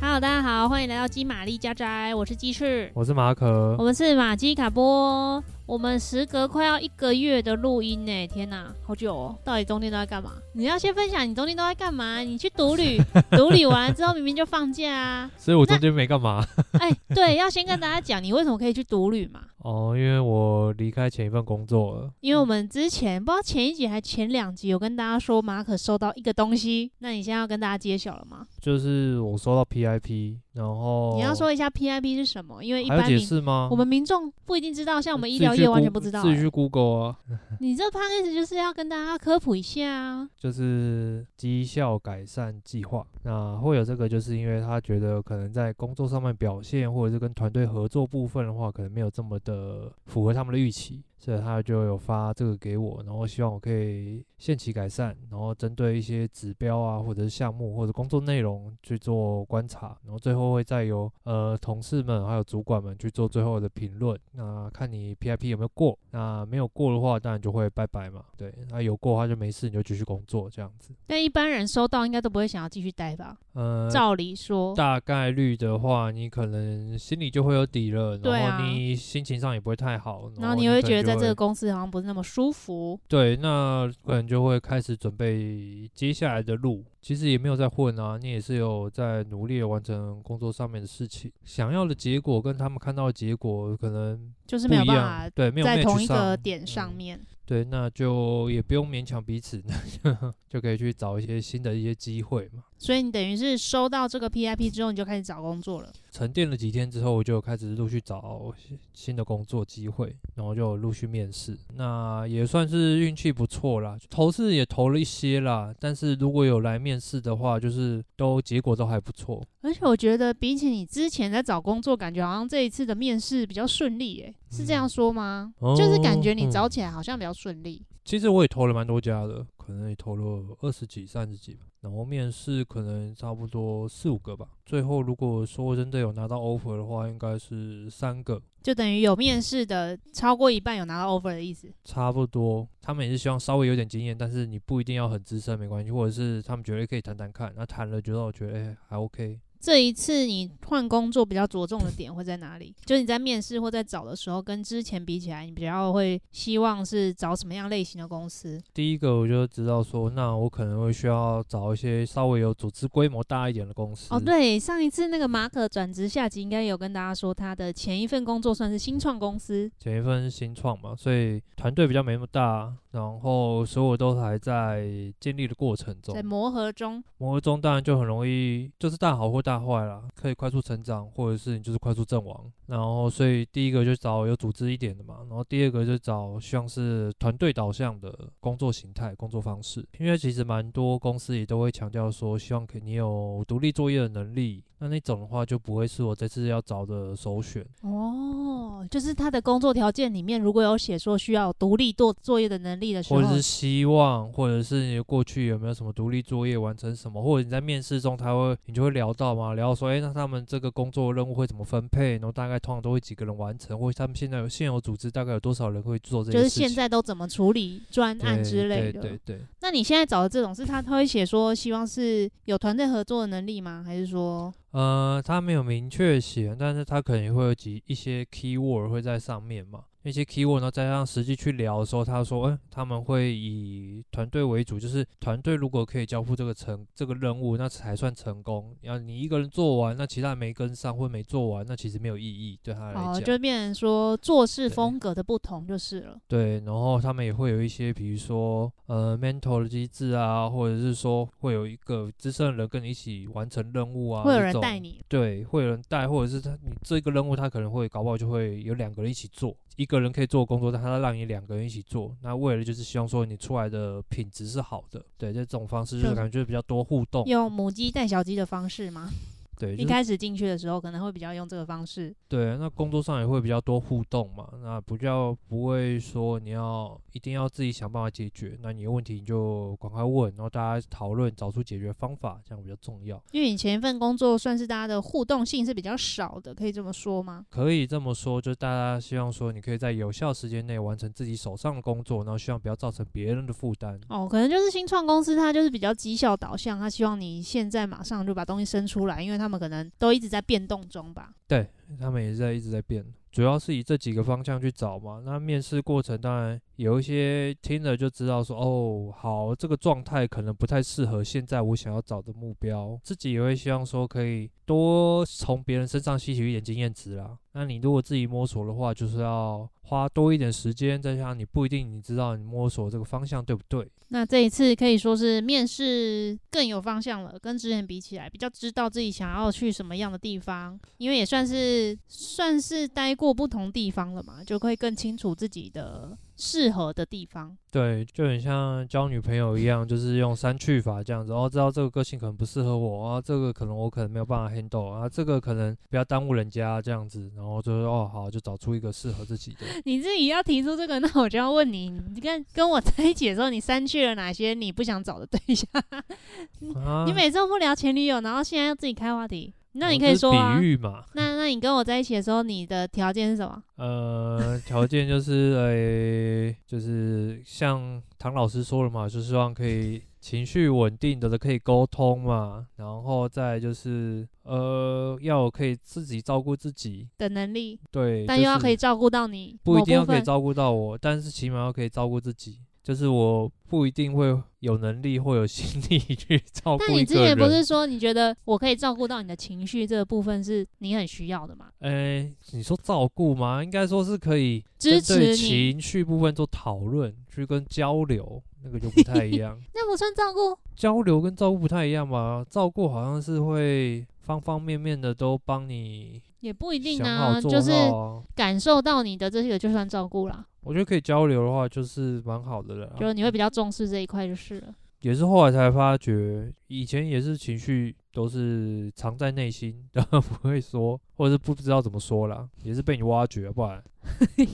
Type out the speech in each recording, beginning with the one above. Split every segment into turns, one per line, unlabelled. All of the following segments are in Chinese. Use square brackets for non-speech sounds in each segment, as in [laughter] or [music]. Hello，大家好，欢迎来到鸡玛丽家宅，我是鸡翅，
我是马可
我，们是马基卡波。我们时隔快要一个月的录音呢，天哪，好久哦！到底中间都在干嘛？你要先分享你中间都在干
[laughs]
嘛？你去独旅，独旅完了之后明明就放假啊！
所以我中间没干嘛 [laughs]
哎，对，要先跟大家讲你为什么可以去独旅嘛？
哦，因为我离开前一份工作了。
因为我们之前不知道前一集还前两集有跟大家说马可收到一个东西，那你现在要跟大家揭晓了吗？
就是我收到 PIP，然后
你要说一下 PIP 是什么，因为一
哦还要
般
解
民
释吗？
我们民众不一定知道，像我们医
自己
疗
去
业完全
Google-
不知道、
自己
哎
去 Google 啊，
你这 p a 意思就是要跟大家科普一下啊。
就是绩效改善计划。那会有这个，就是因为他觉得可能在工作上面表现，或者是跟团队合作部分的话，可能没有这么的符合他们的预期，所以他就有发这个给我，然后希望我可以限期改善，然后针对一些指标啊，或者是项目或者工作内容去做观察，然后最后会再由呃同事们还有主管们去做最后的评论。那看你 PIP 有没有过，那没有过的话，当然就会拜拜嘛。对，那有过的话就没事，你就继续工作这样子。
但一般人收到应该都不会想要继续待吧？
呃，
照理说，
大概率的话，你可能心里就会有底了，
对
然
啊
后你心情上也不会太好，
然后
哦你
你
可
会
能
觉得在这
就
个
会
公司好像不是那么舒服。
对，那可能就会开始准备接下来的路。其实也没有在混啊，你也是有在努力地完成工作上面的事情，想要的结果跟他们看到的结果可能
就是
不
没有
一
办
样
法，
对，没有
在
match
同一个
上
点上
嗯
面。
对，那就也不用勉强彼此， [laughs] 那就就可以去找一些新的一些机会嘛。
所以你等于是收到这个 PIP 之后，你就开始找工作了。
沉淀了几天之后，我就开始陆续找新新的工作机会，然后就陆续面试。那也算是运气不错啦，投是也投了一些啦，但是如果有来面试的话，就是都结果都还不错。
而且我觉得比起你之前在找工作，感觉好像这一次的面试比较顺利，诶，是这样说吗？
哦
就是感觉你找起来好像比较顺利。
其实我也投了蛮多家的，可能也投了二十几、三十几吧，然后面试可能差不多四五个吧。最后如果说真的有拿到 offer 的话，应该是三个。
就等于有面试的超过一半有拿到 offer 的意思。
差不多，他们也是希望稍微有点经验，但是你不一定要很资深，没关系，或者是他们觉得可以谈谈看，那谈了觉得我觉得哎、还 OK，
这一次你换工作比较着重的点会在哪里？就你在面试或在找的时候，跟之前比起来，你比较会希望是找什么样类型的公司？
第一个我就知道说，那我可能会需要找一些稍微有组织规模大一点的公司。
哦，对，上一次那个马可转职下集应该有跟大家说，他的前一份工作算是新创公司，
前一份是新创嘛，所以团队比较没那么大，然后所有都还在建立的过程中
在，磨合中。
磨合中当然就很容易就是大好或大坏啦，可以快速成长，或者是你就是快速阵亡。然后所以第一个就找有组织一点的嘛，然后第二个就找像是团队导向的工作形态、工作方式，因为其实蛮多公司也都会强调说，希望可以你有独立作业的能力。那那种的话就不会是我这次要找的首选。
哦，就是他的工作条件里面如果有写说需要有独立做作业的能力的时候
或，者是希望，或者是你过去有没有什么独立作业完成什么，或者你在面试中他会，你就会聊到嘛，聊到说，哎、那他们这个工作任务会怎么分配，然后大概通常都会几个人完成，或者他们现在有现有组织大概有多少人会做这
就
些
是
事情，
现在都怎么处理专案
对
之类的。
对对对，
那你现在找的这种是他他会写说希望是有团队合作的能力吗？还是说
呃，他没有明确写，但是他可能会有几一些 keyword 会在上面嘛，那些 keyword 呢，再加上实际去聊的时候，他说，哎、他们会以团队为主，就是团队如果可以交付这个成这个任务，那才算成功。要你一个人做完，那其他人没跟上或没做完，那其实没有意义对他来讲。
哦，就变成说做事
对
风格的不同就是了。
对，然后他们也会有一些，比如说呃 mentor 的机制啊，或者是说会有一个资深的人跟你一起完成任务啊，
会有
这
人
种
带你，
对，会有人带，或者是他你这个任务，他可能会搞不好就会有两个人一起做，一个人可以做工作，但他让你两个人一起做，那为了就是希望说你出来的品质是好的，对，这种方式就
就是
感觉比较多互动，
用母鸡带小鸡的方式吗？
对，
一
就是
开始进去的时候可能会比较用这个方式，
对，那工作上也会比较多互动嘛，那不叫不会说你要一定要自己想办法解决，那你有问题你就赶快问，然后大家讨论找出解决方法，这样比较重要。
因为你前一份工作算是大家的互动性是比较少的，可以这么说吗？
可以这么说，就大家希望说，你可以在有效时间内完成自己手上的工作，然后希望不要造成别人的负担。
哦，可能就是新创公司，它就是比较绩效导向，它希望你现在马上就把东西生出来，因为他们可能都一直在变动中吧。
他们也是在一直在变，主要是以这几个方向去找嘛。那面试过程当然有一些听了就知道说，哦，好，这个状态可能不太适合现在我想要找的目标，自己也会希望说可以多从别人身上吸取一点经验值啦。那你如果自己摸索的话，就是要花多一点时间，再加上你不一定你知道你摸索这个方向对不对，
那这一次可以说是面试更有方向了，跟之前比起来，比较知道自己想要去什么样的地方，因为也算是算是待过不同地方了嘛，就会更清楚自己的适合的地方。 [laughs]
对，就很像交女朋友一样，就是用删去法这样子。哦，知道这个个性可能不适合我啊，这个可能我可能没有办法 handle 啊，这个可能不要耽误人家这样子。然后就说哦好，就找出一个适合自己的。
[laughs] 你自己要提出这个，那我就要问你，你跟跟我在一起的时候，你删去了哪些你不想找的对
[laughs]
象？
啊，
你每次都不聊前女友，然后现在要自己开话题，那
哦
你
这
可以
是
说啊
比。喻嘛，
那那你跟我在一起的时候，你的条件是什么？
呃，条件就是呃，就是像唐老师说了嘛，就是希望可以情绪稳定的，可以沟通嘛，然后再来就是呃，要有可以自己照顾自己，
的能力，
对，
但
就
又要
是
可以照顾到你
不一
某
定要
部
可以
分。
照顾到我，但是起码要可以照顾自己。就是我不一定会有能力或有心力 [laughs] 去照
但
顾
你
一
之
个
前
人。
不是说你觉得我可以照顾到你的情绪这个部分是你很需要的吗？
呃、你说照顾吗？应该说是可以
支
针对
持你，
情绪部分做讨论，去跟交流，那个就不太一
[laughs]
样。
那不算照顾。
交流跟照顾不太一样吧？照顾好像是会方方面面的都帮你
也不一定
想好
啊，
做
就是
好啊。
感受到你的这个就算照顾啦，
我觉得可以交流的话，就是蛮好的了啊。
就是你会比较重视这一块就是了。
也是后来才发觉，以前也是情绪都是藏在内心， [laughs] 然后不会说，或者是不知道怎么说啦，也是被你挖掘，啊
[laughs]
不然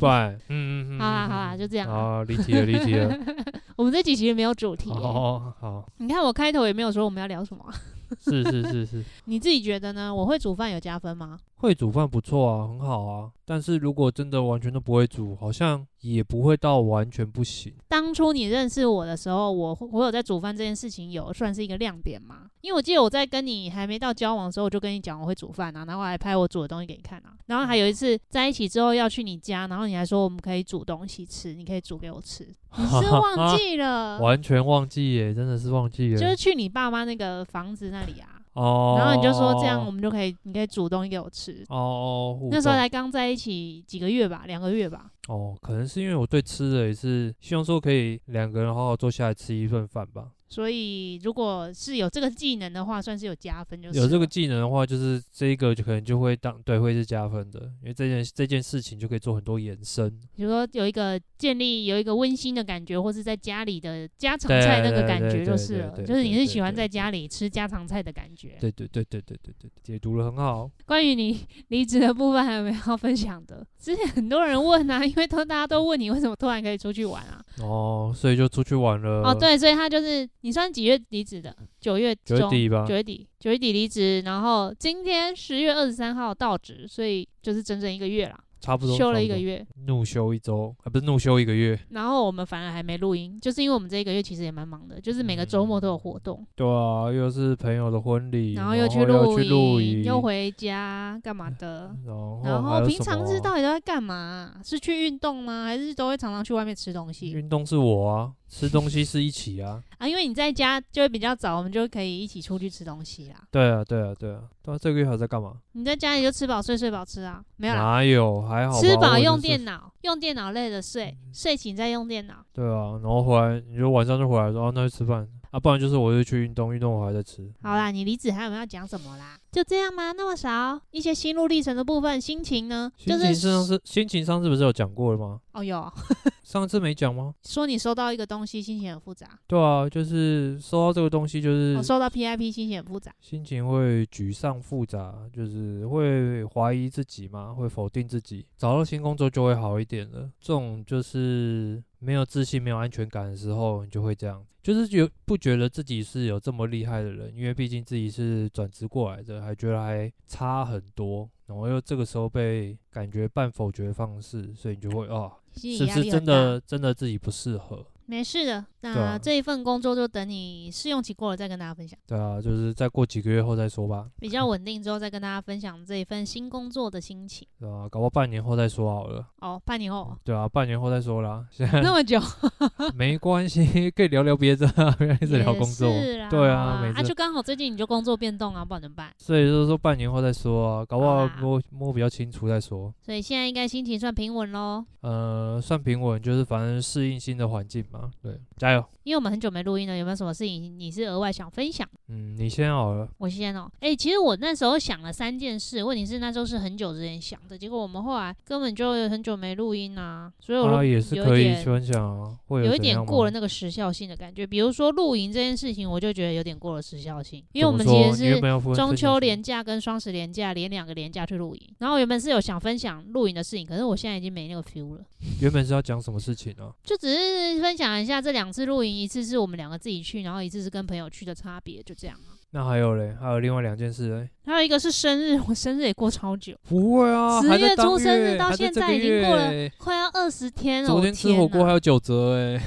不然，嗯嗯嗯，
好啦
嗯
好啦
嗯
就这样
啊，离题了，离题了，
[laughs] 我们这集其实没有主题耶、
哦，好，
你看我开头也没有说我们要聊什么啊，
是是是是，
你自己觉得呢？我会煮饭有加分吗？
会煮饭不错啊，很好啊，但是如果真的完全都不会煮，好像也不会到完全不行。
当初你认识我的时候，我会我有在煮饭这件事情有算是一个亮点吗？因为我记得我在跟你还没到交往的时候，我就跟你讲我会煮饭啊，然后我还拍我煮的东西给你看啊。然后还有
嗯
一次在一起之后要去你家，然后你还说我们可以煮东西吃，你可以煮给我
[laughs]
吃，你是忘记了，
完全忘记耶，真的是忘记
啊就是
了。
去你爸妈那个房子那里啊，
哦，
然后你就说这样我们就可以，你可以煮东西给我吃。
哦哦，互
那时候
动
才刚在一起几个月吧，两个月吧。
哦，可能是因为我对吃的也是希望说可以两个人好好坐下来吃一份饭吧。
所以如果是有这个技能的话，算是有加分，就是啊
有这
了
个技能的话，就是这一个就可能就会当对会是加分的，因为这件这件事情就可以做很多延伸。
比如说有一个建立有一个温馨的感觉，或是在家里的家常
对
菜那
对
个感
对
觉
对
就是
对
了，
对
就是你
对
是
对
喜欢
对
在
对
家里吃家常菜的感觉。
对对对对对对对，解读的很好。
关于你 [laughs] 离职的部分，还有没有要分享的？ [laughs] 之前很多人问啊，因为都大家都问你为什么突然可以出去玩啊？
哦，所以就出去玩了。
哦，，对，所以他就是你算几月离职的？九月
九
中，
月底吧
九。月底，九月底离职，然后今天十月二十三号到职，所以就是整整一个月啦，
差不多
休了
差
一
不
个
多
月。
怒休一周，啊，不是怒休一个月。
然后我们反而还没录音，就是因为我们这一个月其实也蛮忙的，就是每个周末都有活动，
对啊，又是朋友的婚礼，
然
嗯然
后
后
又去
又
露
去露营，
又，回家干嘛的。
[laughs] 然后
然
还
后
有
平
什
常
么
日
啊
到底都在干嘛啊、是去运动吗？还是都会常常去外面吃东西
运动是我啊，吃东西是一起啊。
啊？因为你在家就会比较早，我们就可以一起出去吃东西啦。
对啊，对啊，对啊，对啊，这个月还在干嘛？
你在家里就吃饱睡，睡饱吃啊，没有啦，
哪有？还好吧。
吃饱
我
用
就是嗯
电脑，用电脑累了睡，睡醒再用电脑。
对啊，然后回来你就晚上就回来说，哦，那就吃饭啊，不然就是我就去运动，运动我还在吃。
好啦，你离职还有没有要讲什么啦？就这样吗？那么少一些心路历程的部分，心情呢？
心
就
情
是
上是心情上是不是有讲过了吗？
哦哟，
上次没讲吗？
说你收到一个东西，心情很复杂；
对啊，就是收到这个东西，就是
我、哦收到 PIP，心情很复杂。
心情会沮丧复杂，就是会怀疑自己嘛，会否定自己。找到新工作就会好一点了。这种就是没有自信、没有安全感的时候，你就会这样，就是觉不觉得自己是有这么厉害的人，因为毕竟自己是转职过来的，还觉得还差很多。然后又这个时候被感觉半否决的方式，所以你就会啊，
心理
是不
压
是
力
真
很大
的真的自己不适合？
没事的。
对
那
啊
这一份工作就等你试用期过了再跟大家分享，
对啊，就是再过几个月后再说吧，
比较稳定之后再跟大家分享这一份新工作的心情。
对啊，搞不好半年后再说好了，
哦，半年
[laughs]
后
对啊，半年后再
[laughs]
说啦，现在
那么
[laughs]
久，
没关系， [laughs] 可以聊聊别的啊， [laughs] 不要一直聊工作
也是啦，，
对啊，没
啊
事
就。刚好最近你就工作变动啊，不然怎么办？
所以就是说半年后再说啊，搞不
好
好
啦
摸摸比较清楚再说。
所以现在应该心情算平稳喽，
呃，算平稳，就是反正适应新的环境嘛。对，加油。
因为我们很久没录音了，有没有什么事情你是额外想分享？
嗯，你先好了。
我先哦，哎、其实我那时候想了三件事，问题是那时候是很久之前想的，结果我们后来根本就很久没录音啊，所以我就、
啊，也是
有
可
一
以
点
分享啊，会
有一
怎
点
样吗
过了那个时效性的感觉。比如说露营这件事情，我就觉得有点过了时效性，因为我
怎
们
么说
其
你原
实
本要分
是中
分享
秋
什么
连假跟双十连假连两个连假去露营，然后我原本是有想分享露营的事情，可是我现在已经没那个 feel 了。
原本是要讲什么事情啊？
就只是分享一下这两次露营，一次是我们两个自己去，然后一次是跟朋友去的差别，就这样啊。
那还有嘞，还有另外两件事嘞。
还有一个是生日，我生日也过超久，
不会啊，
10
还在
月
当
初生日
月
到
还在
现
这
在
个
已经过了
月
快要二十天了。
昨
我
天吃火锅还
哪
有九折哎，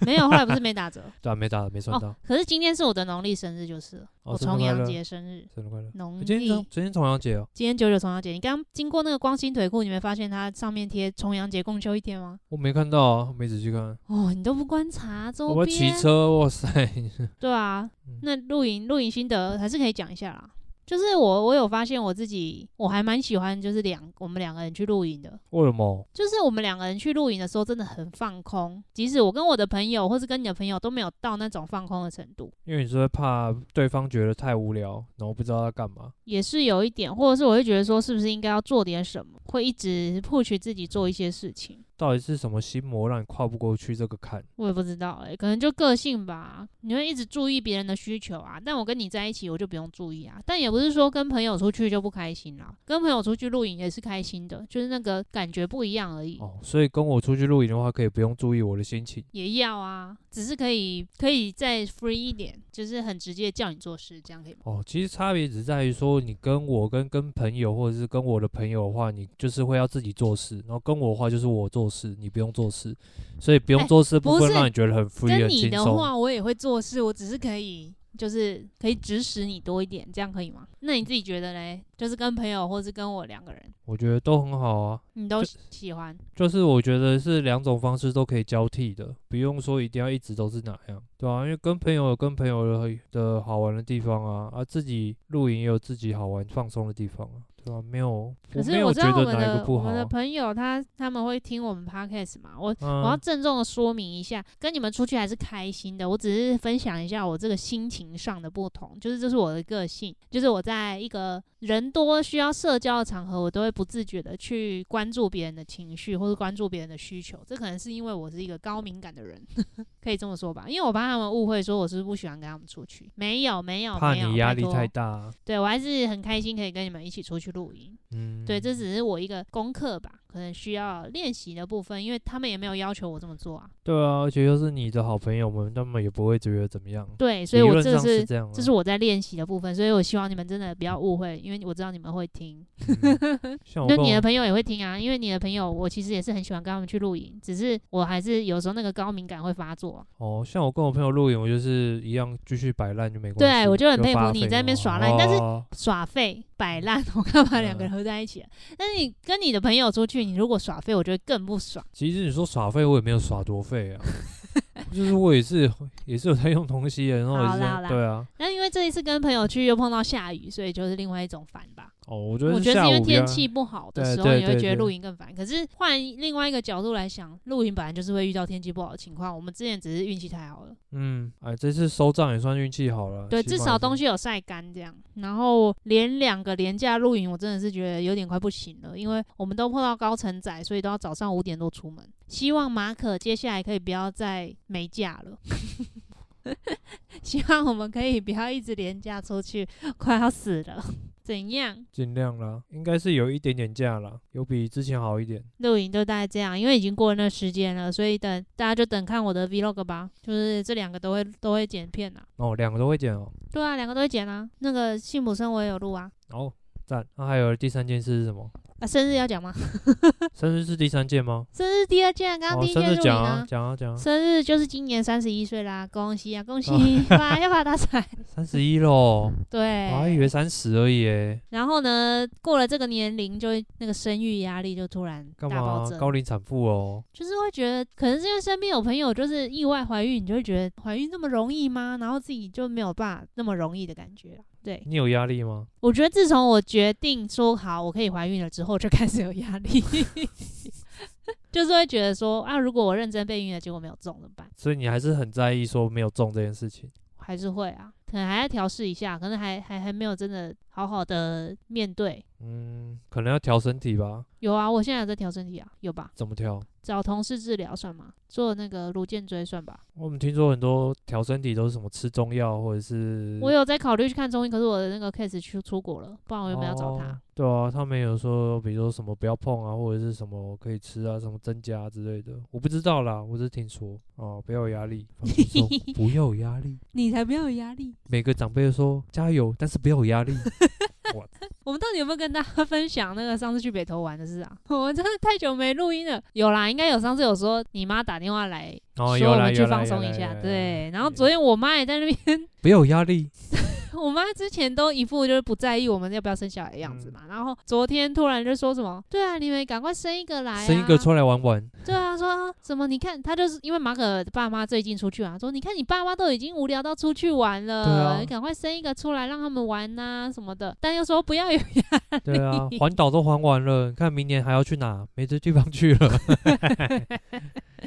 [laughs]
没有，后来不是没打折
对啊，没打没算到
哦。可是今天是我的农历生日，就是了、
哦
我
生日
重
快
阳
乐
节嗯生日，
生日快乐！哎
农历
今天重今天重阳节哦，
今天九九重阳节。你刚经过那个光心腿裤，你没发现它上面贴重阳节共休一天吗？
我没看到啊，没仔细看。
哦，你都不观察周边。
我骑车，哇塞！ [laughs]
对啊
嗯，
那露营露营心得还是可以讲一下啦。就是我我有发现我自己，我还蛮喜欢就是两我们两个人去露营的。
为什么？
就是我们两个人去露营的时候，真的很放空。即使我跟我的朋友，或是跟你的朋友，都没有到那种放空的程度，
因为你是会怕对方觉得太无聊，然后不知道要干嘛。
也是有一点，或者是我会觉得说，是不是应该要做点什么，会一直 push 自己做一些事情。
到底是什么心魔让你跨不过去这个坎？
我也不知道欸诶、可能就个性吧，你会一直注意别人的需求啊。但我跟你在一起，我就不用注意啊。但也不是说跟朋友出去就不开心啦，跟朋友出去露营也是开心的，就是那个感觉不一样而已。
哦，所以跟我出去露营的话，可以不用注意我的心情。
也要啊，只是可以可以再 free 一点，就是很直接叫你做事，这样可以吗？
哦，其实差别只在于说，你跟我跟跟朋友或者是跟我的朋友的话，你就是会要自己做事，然后跟我的话就是我做事，你不用做事，所以不用
哎
做事的部
不
分
是
让你觉得很 free
跟
很
你
轻
的
松。
话，我也会做事，我只是可以就是可以指使你多一点，这样可以吗？那你自己觉得嘞？就是跟朋友或是跟我两个人，
我觉得都很好啊，
你都
就
喜欢？
就是我觉得是两种方式都可以交替的，不用说一定要一直都是哪样，对啊，因为跟朋友有跟朋友的的好玩的地方啊，啊自己露营也有自己好玩放松的地方啊，对啊，没有，
可
没
是
有
知
觉
道我
得
们
哪一
的
个不
我
好、
们的
啊。
朋友他他们会听我们 podcast 嘛？我、我要
嗯，
郑重的说明一下，跟你们出去还是开心的，我只是分享一下我这个心情上的不同，就是这是我的个性，就是我在一个人多需要社交的场合，我都会不自觉的去关注别人的情绪或者关注别人的需求，这可能是因为我是一个高敏感的人， [laughs] 可以这么说吧，因为我怕他们误会说我是不是不喜欢跟他们出去，没有没有，
怕
没有
你压力，
拜
太
托
大、啊，
对我还是很开心可以跟你们一起出去露营。
嗯，
对，这只是我一个功课吧，可能需要练习的部分，因为他们也没有要求我这么做啊。
对啊，而且又是你的好朋友们，他们也不会觉得怎么样。
对，所以我
理论
这
上
是
是这样啊，
这是我在练习的部分，所以我希望你们真的不要误会，因为我知道你们会听，
嗯
[laughs]
像我
那
跟
你的
我
朋友也会听啊，因为你的朋友我其实也是很喜欢跟他们去露营，只是我还是有时候那个高敏感会发作啊、
哦，像我跟我朋友露营，我就是一样继续摆烂就没关系。
对我就很佩服
发
你
废
在那边
话
耍赖但是
哦
耍废摆烂， [laughs] 我干嘛
嗯
两个人合在一起啊、但是你跟你的朋友出去，你如果耍废，我觉得更不爽。
其实你说耍废，我也没有耍多
[laughs]
废啊，就是我也是也是有在用东西的，然后也
好
是
啦好啦
在对啊。
那因为这一次跟朋友去又碰到下雨，所以就是另外一种烦吧。
哦，我觉
我
得
觉得
下
是因为
午比较
天气不好的
对
时候，
对
你会
对
觉得
对
露营更烦。可是换另外一个角度来想，露营本来就是会遇到天气不好的情况。我们之前只是运气太好了，
嗯，哎，这次收账也算运气好了。
对，
起码
至少
是
东西有晒干这样。然后连两个连假露营，我真的是觉得有点快不行了，因为我们都碰到高层仔，所以都要早上五点多出门。希望马可接下来可以不要再没假了。 [laughs] 希望我们可以不要一直连假出去，快要死了。 [laughs] 怎样？
尽量啦，应该是有一点点价啦，有比之前好一点。
露营就大概这样，因为已经过了那时间了，所以等大家就等看我的 vlog 吧，就是这两个都会都会剪片啊。
哦，两个都会剪哦。
对啊，两个都会剪啊。那个幸福生我也有录啊。
哦，赞。那还有第三件事是什么？
啊，生日要讲吗？
生日是第三届吗？
生日第二件，刚刚
哦，
第一
生
件录
日
影
讲啊，讲啊
[laughs]
讲啊，
生日就是今年三十一岁啦，恭喜啊，恭喜
哦 [laughs]
发要发大财。
三十一喽，我还以
对，
为三十而已诶，
然后呢，过了这个年龄，就会那个生育压力就突然大
干
暴
嘛
增，
高龄产妇哦？
就是会觉得，可能是因为身边有朋友就是意外怀孕，你就会觉得怀孕那么容易吗？然后自己就没有办法那么容易的感觉啦。啊对，
你有压力吗？
我觉得自从我决定说好我可以怀孕了之后，就开始有压力， [laughs] 就是会觉得说啊，如果我认真备孕了，结果没有中怎么办？
所以你还是很在意说没有中这件事情。
还是会啊，可能还要调试一下，可能还还还没有真的好好的面对。
嗯，可能要调身体吧？
有啊，我现在有在调身体啊，有吧？
怎么调？
找同事治疗算吗？做那个颅颈椎算吧？
我们听说很多调身体都是什么吃中药，或者是
我有在考虑去看中医，可是我的那个 case 去出国了，不然我原本要找他。
哦对啊，他们有说，比如说什么不要碰啊，或者是什么可以吃啊，什么增加之类的，我不知道啦，我只是听说哦，不要有压力，放轻
[laughs]
松不要有压力。
你才不要有压力！
每个长辈都说加油，但是不要有压力。
我们到底有没有跟大家 [laughs] 分享那个上次去北投玩的事啊？ [laughs] 我们真的太久没录音了。有啦，应该有上次有说你妈打电话来，
哦，
说
有
我
啦
们去
有啦
放
有
松
啦
一
有
下。
啦
对，
有
然后
啦
昨天我妈也在那边 [laughs]
不要有压力，
我妈之前都一副就是不在意我们要不要生小孩的样
嗯
子嘛，然后昨天突然就说什么，对啊，你们赶快生一个来、啊，
生一个出来玩玩。
对啊，说什么？你看他就是因为马可爸妈最近出去玩，说你看你爸妈都已经无聊到出去玩了，
对啊
你赶快生一个出来让他们玩呐、什么的，但又说不要有， [laughs]
对啊，环岛都环完了，看明年还要去哪？没这地方去 [laughs] 了，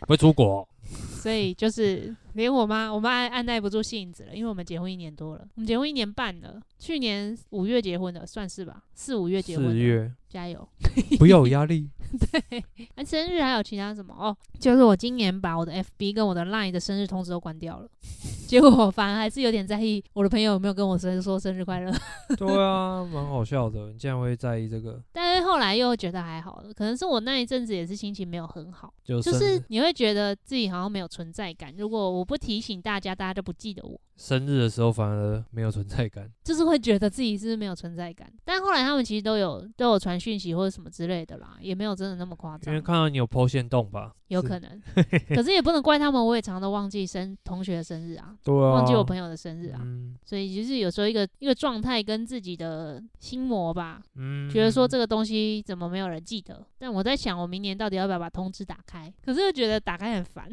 不会出国。
所以就是连我妈，我妈按按耐不住性子了，因为我们结婚一年多了，我们结婚一年半了，去年五月结婚的，算是吧，四五月结婚的，
[laughs] 四月
[laughs] 加油。
不要有压力，
那生日还有其他什么？哦，就是我今年把我的 FB 跟我的 LINE 的生日通知都关掉了， [laughs] 结果我反而还是有点在意我的朋友有没有跟我生说生日快乐，
对啊，蛮好笑的。你竟然会在意这个，
但是后来又觉得还好了，可能是我那一阵子也是心情没有很好，
就
就
生
是你会觉得自己好像没有存在感，如果我不提醒大家，大家就不记得我。
生日的时候反而没有存在感。
就是会觉得自己是不是没有存在感，但后来他们其实都有都有传讯息或者什么之类的啦，也没有真的那么夸
因
张
为。看到你有剖线洞吧？
有
是
可能，
[laughs]
可是也不能怪他们，我也常常都忘记生同学的生日啊，
对啊，
忘记我朋友的生日啊，
嗯
所以就是有时候一个一个状态跟自己的心魔吧，
嗯
觉得说这个东西怎么没有人记得？但我在想，我明年到底要不要把通知打开？可是又觉得打开很烦，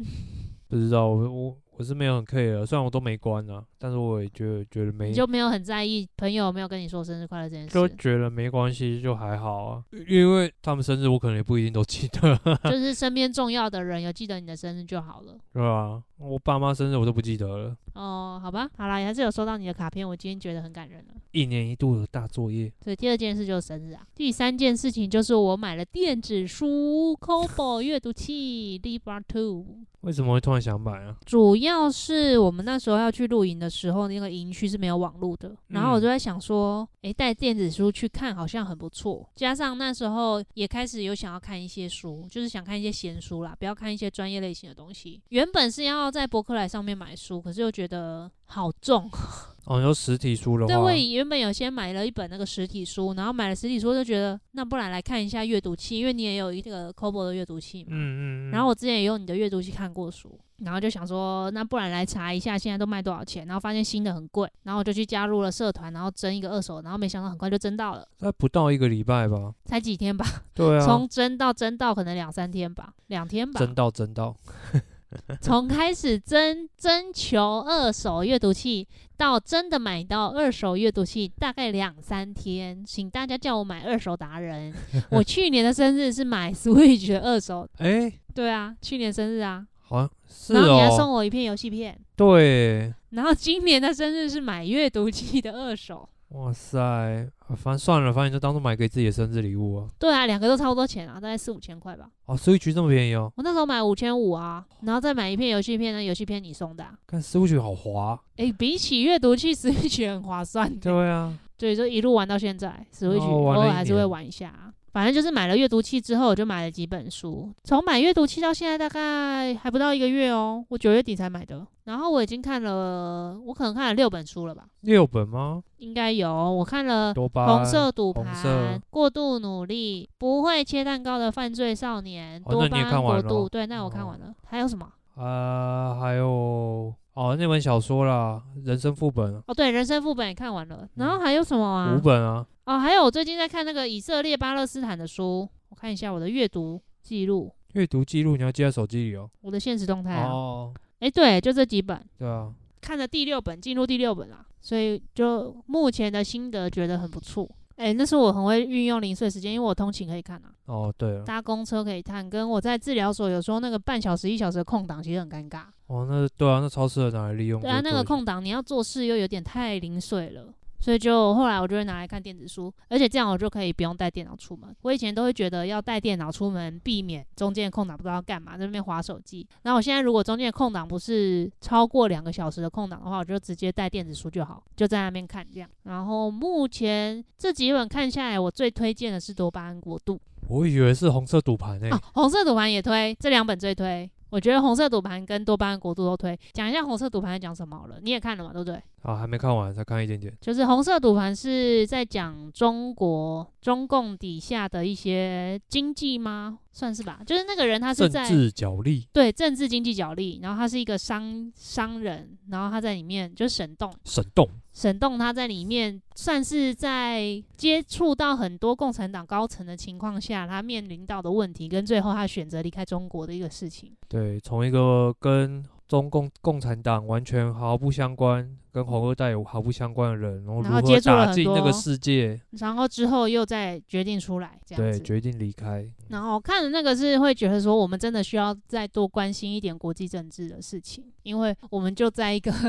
不知道，我我我是没有很 care，虽然我都没关啊，但是我也觉得觉得没
你就没有很在意朋友有没有跟你说生日快乐这件
就
事，
觉得没关系，就还好啊。因为他们生日我可能也不一定都记得，
就是身边重要的人有记得你的生日就好了。
对啊，我爸妈生日我都不记得了。
哦，好吧，好啦，也还是有收到你的卡片，我今天觉得很感人了。
一年一度的大作业，
所以第二件事就是生日啊，第三件事情就是我买了电子书 Kobo 阅读器 Libra Two。
为什么会突然想买啊？
主要是我们那时候要去露营的时候，那个营区是没有网络的，然后我就在想说，诶、带电子书去看好像很不错。加上那时候也开始有想要看一些书，就是想看一些闲书啦，不要看一些专业类型的东西。原本是要在博客来上面买书，可是又觉得好重。
哦，你说实体书的话，
对，我也原本有先买了一本那个实体书，然后买了实体书就觉得，那不然来看一下阅读器，因为你也有一个 Kobo 的阅读器嘛。
嗯嗯嗯。
然后我之前也用你的阅读器看过书，然后就想说，那不然来查一下现在都卖多少钱，然后发现新的很贵，然后我就去加入了社团，然后争一个二手，然后没想到很快就争到了，
才不到一个礼拜吧？
才几天吧，
对啊，
从争到争到可能两三天吧，两天吧，
真到真到，
从开始征征求二手阅读器到真的买到二手阅读器，大概两三天，请大家叫我买二手达
[laughs]
人。我去年的生日是买 Switch 的二手，
哎、
对啊，去年生日啊，
好像是
然后你还
哦，
送我一片游戏片。
对，
然后今年的生日是买阅读器的二手，
哇塞，啊反正算了，反正就当做买给自己的生日礼物啊。
对啊，两个都差不多钱啊，大概四五千块吧。
哦，Switch 这么便宜哦，
我那时候买五千五啊，然后再买一片游戏片，那游戏片你送的、啊，
看 Switch 好滑。
诶，比起阅读器 Switch 很划算的。
对啊，
对，就一路玩到现在，Switch
哦玩
偶
了一
尔还是会
年
玩一下啊。反正就是买了阅读器之后，我就买了几本书。从买阅读器到现在，大概还不到一个月哦，我九月底才买的。然后我已经看了，我可能看了六本书了吧，
六本吗？
应该有。我看了
多巴胺
红色赌
啊红
盘
色、
过度努力、不会切蛋糕的犯罪少年、
哦
多
那
巴
你也
胺
看
国
完
度，
了
对，那我看完了。还有什么？
啊、还有哦，那本小说啦，人生副本啊
哦，对，人生副本也看完了。然后
嗯
还有什么啊？
五本啊，
哦，还有我最近在看那个以色列巴勒斯坦的书，我看一下我的阅读记录，
阅读记录你要记在手机里哦。
我的现实动态啊。
哦，
哎、对，就这几本，
对啊，
看了第六本，进入第六本啦，所以就目前的心得觉得很不错。哎、那是我很会运用零碎时间，因为我通勤可以看啊，
哦对了，
搭公车可以看，跟我在治疗所有时候那个半小时一小时的空档其实很尴尬。
哦那对啊，那超适合拿来利用。
对啊，那个，空档你要做事又有点太零碎了，所以就后来我就会拿来看电子书，而且这样我就可以不用带电脑出门。我以前都会觉得要带电脑出门，避免中间的空档不知道要干嘛，在那边划手机。然后我现在如果中间的空档不是超过两个小时的空档的话，我就直接带电子书就好，就在那边看这样。然后目前这几本看下来，我最推荐的是《多巴胺国度》
我以为是红色赌盘诶、欸
啊，红色赌盘也推，这两本最推。我觉得红色赌盘跟多巴胺国度都推，讲一下红色赌盘在讲什么好了，你也看了嘛，对不对？
啊，还没看完，才看一点点。
就是红色赌盘是在讲中国中共底下的一些经济吗？算是吧。就是那个人他是
政
在
治角力，
对政治经济角力，然后他是一个商商人，然后他在里面就是沈栋，
神动
沈栋他在里面算是在接触到很多共产党高层的情况下，他面临到的问题跟最后他选择离开中国的一个事情。
对，从一个跟中共共产党完全毫不相关，跟红二代也毫不相关的人，然后如
然后
何
接触了
打
很
进那个
多
世界，
然后之后又再决定出来，这样
对，
子。
决定离开。
然后看的那个是会觉得说，我们真的需要再多关心一点国际政治的事情，因为我们就在一个 [laughs]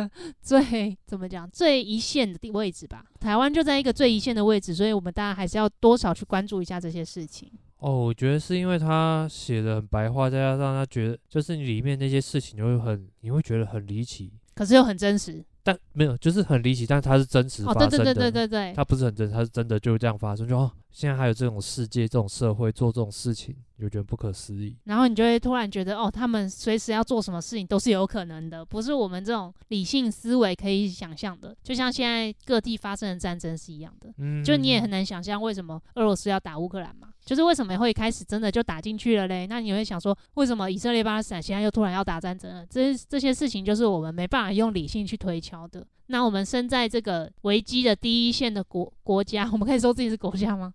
最怎么讲最一线的地位置吧，台湾就在一个最一线的位置，所以我们大家还是要多少去关注一下这些事情。
哦，我觉得是因为他写的很白话，再加上他觉得就是你里面那些事情就会很，你会觉得很离奇，
可是又很真实
但没有，就是很离奇，但它是真实发
哦，
生
对
的。
对对对对对，
它不是很真实，它是真的就这样发生。就哦，现在还有这种世界、这种社会做这种事情，就觉得不可思议。
然后你就会突然觉得，哦，他们随时要做什么事情都是有可能的，不是我们这种理性思维可以想象的，就像现在各地发生的战争是一样的。
嗯，
就你也很难想象为什么俄罗斯要打乌克兰嘛，就是为什么会开始真的就打进去了嘞？那你会想说，为什么以色列巴勒斯坦现在又突然要打战争了？这这些事情就是我们没办法用理性去推敲的。那我们身在这个危机的第一线的国国家， [laughs] 我们可以说自己是国家吗？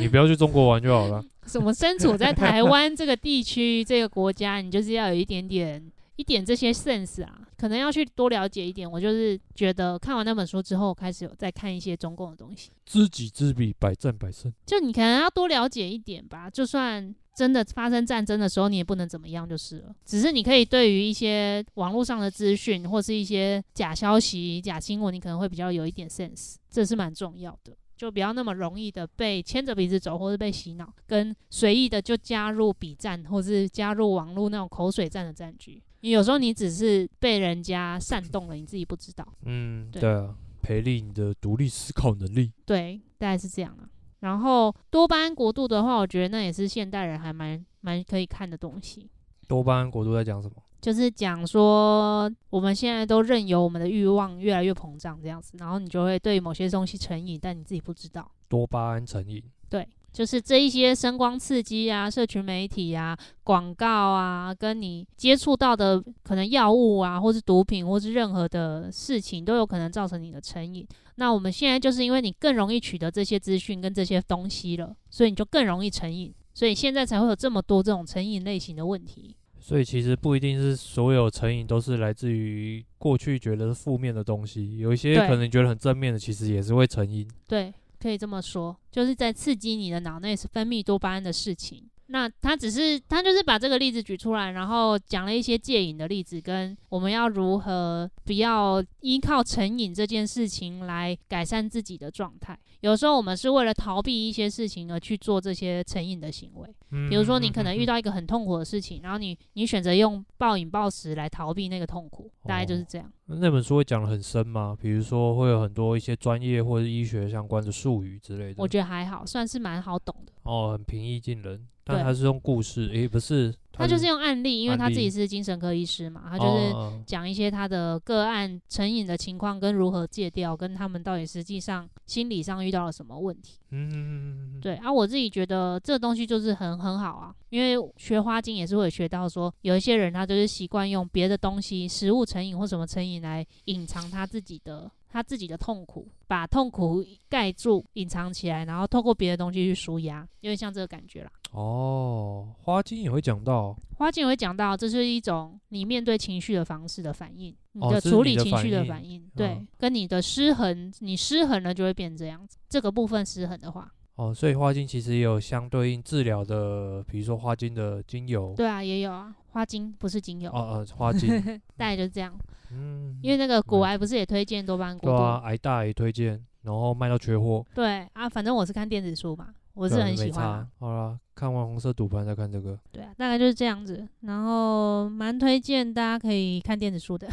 你不要去中国玩就好了。
是我们身处在台湾这个地区这个国家，你就是要有一点点一点这些 sense 啊，可能要去多了解一点。我就是觉得看完那本书之后，开始有在看一些中共的东西。
知己知彼，百战百胜。
就你可能要多了解一点吧，就算。真的发生战争的时候，你也不能怎么样就是了。只是你可以对于一些网络上的资讯或是一些假消息、假新闻，你可能会比较有一点 sense，这是蛮重要的。就不要那么容易的被牵着鼻子走，或是被洗脑，跟随意的就加入比战，或是加入网络那种口水战的战局。因为有时候你只是被人家煽动了，你自己不知道。
嗯，
对
对啊，培力你的独立思考能力。
对，大概是这样啦。然后多巴胺国度的话，我觉得那也是现代人还蛮蛮可以看的东西，
多巴胺国度在讲什么？
就是讲说我们现在都任由我们的欲望越来越膨胀这样子，然后你就会对某些东西成瘾，但你自己不知道。
多巴胺成瘾。
对，就是这一些声光刺激啊、社群媒体啊、广告啊，跟你接触到的可能药物啊，或是毒品，或是任何的事情，都有可能造成你的成瘾。那我们现在就是因为你更容易取得这些资讯跟这些东西了，所以你就更容易成瘾，所以现在才会有这么多这种成瘾类型的问题。
所以其实不一定是所有成瘾都是来自于过去觉得是负面的东西，有一些
对
可能觉得很正面的，其实也是会成瘾。
对，可以这么说，就是在刺激你的脑内分泌多巴胺的事情。那他只是他就是把这个例子举出来，然后讲了一些戒瘾的例子，跟我们要如何不要依靠成瘾这件事情来改善自己的状态。有时候我们是为了逃避一些事情而去做这些成瘾的行为，比
比
如说你可
嗯
能遇到一个很痛苦的事情，然后你你选择用暴饮暴食来逃避那个痛苦，大概就是这样。
那本书会讲的很深吗？比如说会有很多一些专业或者医学相关的术语之类的，
我觉得还好，算是蛮好懂的。
哦，很平易近人，但
对
他是用故事，诶、不是，
他就是用案例，因为
案
他自
例
己是精神科医师嘛，他就是
哦
讲一些他的个案成瘾的情况跟如何戒掉，跟他们到底实际上心理上遇到了什么问题。
嗯，
对啊，我自己觉得这东西就是很很好啊，因为学花精也是会学到说，有一些人他就是习惯用别的东西、食物成瘾或什么成瘾来隐藏他自己的他自己的痛苦，把痛苦盖住、隐藏起来，然后透过别的东西去舒压，有点像这个感觉啦。
哦，花精也会讲到，
花精也会讲到，这是一种你面对情绪的方式的反应，你
哦
的
这是
处
你
理
的
情
反
绪的
应
反应，对，
嗯
跟你的失衡，你失衡了就会变这样子。这个部分失衡的话，
哦，所以花精其实也有相对应治疗的，比如说花精的精油，
对啊，也有啊，花精不是精油，
哦哦，花
[laughs]
精，
大概就是这样。
嗯，
因为那个骨
嗯
癌不是也推荐多巴胺过
对
度？
啊，癌大也推荐，然后卖到缺货，
对啊，反正我是看电子书嘛，我
我
是很喜欢、啊。。
好啦，看完红色赌盘再看这个，
对啊，大概就是这样子。然后蛮推荐大家可以看电子书的。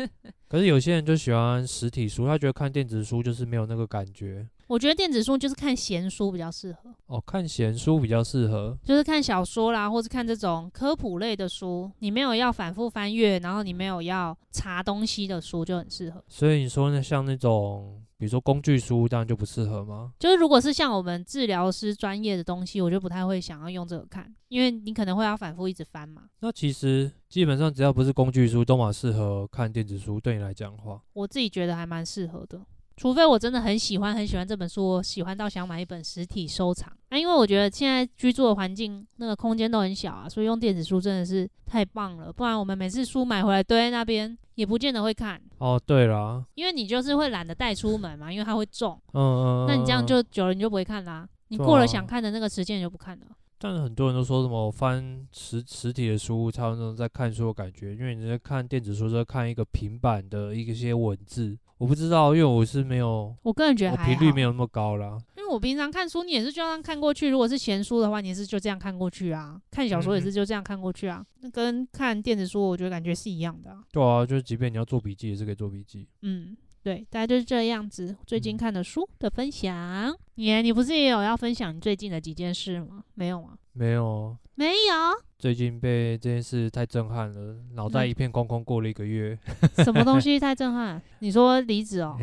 [laughs]
可是有些人就喜欢实体书，他觉得看电子书就是没有那个感觉。
我觉得电子书就是看闲书比较适合。
哦，看闲书比较适合。
就是看小说啦，或是看这种科普类的书，你没有要反复翻阅，然后你没有要查东西的书就很适合。
所以你说呢，像那种比如说工具书，当然就不适合吗？
就是如果是像我们治疗师专业的东西，我就不太会想要用这个看，因为你可能会要反复一直翻嘛。
那其实基本上只要不是工具书，都蛮适合看电子书。对你来讲的话，
我自己觉得还蛮适合的，除非我真的很喜欢很喜欢这本书，我喜欢到想买一本实体收藏。啊，因为我觉得现在居住的环境那个空间都很小啊，所以用电子书真的是太棒了。不然我们每次书买回来堆在那边，也不见得会看。
哦，对啦，
因为你就是会懒得带出门嘛，因为它会重。
嗯嗯，
那你这样
嗯，
就久了你就不会看啦，你
对
过
啊
了想看的那个时间你就不看了。
但很多人都说什么翻实实体的书才有那种在看书的感觉，因为你在看电子书，在看一个平板的一个些文字。我不知道，因为我是没有，
我个人觉得
我
还
频率
好
没有，那么高啦。
因为我平常看书你也是就这样看过去，如果是闲书的话，你也是就这样看过去啊。看小说也
嗯
是就这样看过去啊，那跟看电子书我觉得感觉是一样的、啊。
对啊，就是即便你要做笔记，也是可以做笔记。
嗯，对，大概就是这样子。最近
嗯
看的书的分享，你你不是也有要分享你最近的几件事吗？没有吗？
没有，啊
没有，
最近被这件事太震撼了，脑袋
那
一片空空，过了一
[laughs]
个月。
什么东西太震撼？你说离职
[laughs]
哦，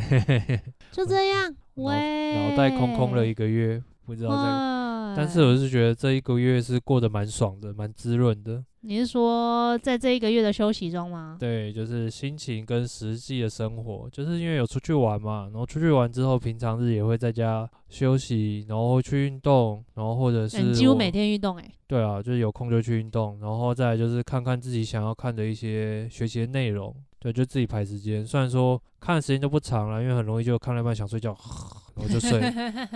就这样，
脑
喂，
脑袋空空了一个月，不知道在。
哇！
但是我是觉得这一个月是过得蛮爽的，蛮滋润的。
你是说在这一个月的休息中吗？
对，就是心情跟实际的生活，就是因为有出去玩嘛，然后出去玩之后，平常日也会在家休息，然后去运动，然后或者
欸
是
你几乎
我
每天运动哎、欸
对啊，就是有空就去运动，然后再来就是看看自己想要看的一些学习的内容，对，就自己排时间。虽然说看的时间都不长了，因为很容易就看了一半想睡觉，然后
[laughs]
就睡。